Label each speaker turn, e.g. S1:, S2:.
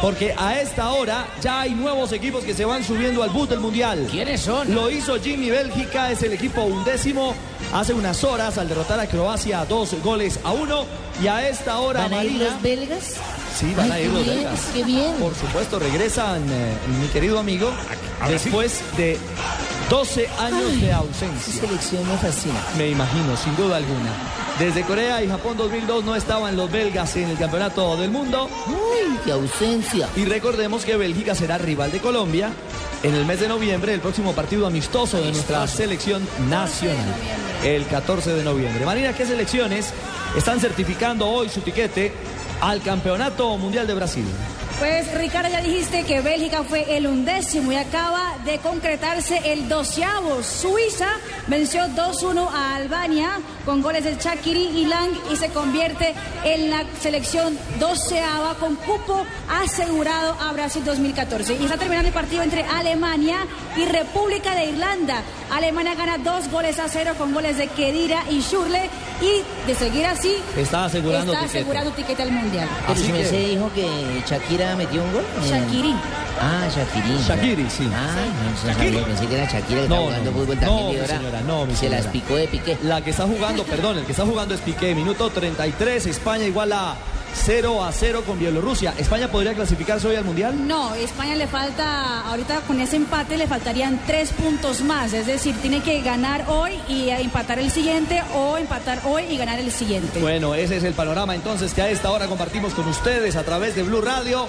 S1: Porque a esta hora ya hay nuevos equipos que se van subiendo al boot del Mundial.
S2: ¿Quiénes son?
S1: Lo hizo Jimmy Bélgica, es el equipo undécimo. Hace unas horas al derrotar a Croacia dos goles a uno. Y a esta hora
S3: ¿Van a ir
S1: Marina-
S3: los belgas?
S1: Sí, van
S3: Ay,
S1: a ir
S3: qué
S1: los
S3: bien,
S1: belgas.
S3: qué bien.
S1: Por supuesto, regresan, eh, mi querido amigo,
S4: A- a ver,
S1: después de 12 años de
S3: Su
S1: ausencia.
S3: selección me fascina.
S1: Me imagino, sin duda alguna. Desde Corea y Japón 2002 no estaban los belgas en el campeonato del mundo.
S3: Uy, qué ausencia.
S1: Y recordemos que Bélgica será rival de Colombia en el mes de noviembre, el próximo partido amistoso de nuestra selección nacional, el 14 de noviembre. Marina, ¿qué selecciones están certificando hoy su tiquete al Campeonato Mundial de Brasil?
S5: Pues Ricardo, ya dijiste que Bélgica fue el undécimo y acaba de concretarse el doceavo. Suiza venció 2-1 a Albania con goles del Chakiri y Lang y se convierte en la selección doceava con cupo asegurado a Brasil 2014. Y está terminando el partido entre Alemania y República de Irlanda. Alemania gana dos goles a cero con goles de Kedira y Schürrle y de seguir así
S1: Está asegurando
S5: está
S1: tiquete.
S5: asegurando tiquete al mundial.
S3: Pero
S1: Así
S3: si me
S1: que-
S3: se dijo que Shakira metió un gol. Eh,
S5: Shakiri.
S3: Ah, Shakiri.
S1: Shakiri, sí.
S3: Ah, no, no sabía, pensé que era Shakira que
S1: No,
S3: estaba jugando
S1: no, no.
S3: fútbol también
S1: No,
S3: y
S1: mi
S3: ahora
S1: señora, no, mi
S3: se las
S1: señora.
S3: picó de piqué.
S1: La que está jugando, perdón, el que está jugando es Piqué, minuto 33, España igual a 0 a 0 con Bielorrusia. ¿España podría clasificarse hoy al Mundial?
S5: No, España le falta, ahorita con ese empate le faltarían tres puntos más, es decir, tiene que ganar hoy y empatar el siguiente o empatar hoy y ganar el siguiente.
S1: Bueno, ese es el panorama entonces que a esta hora compartimos con ustedes a través de Blue Radio.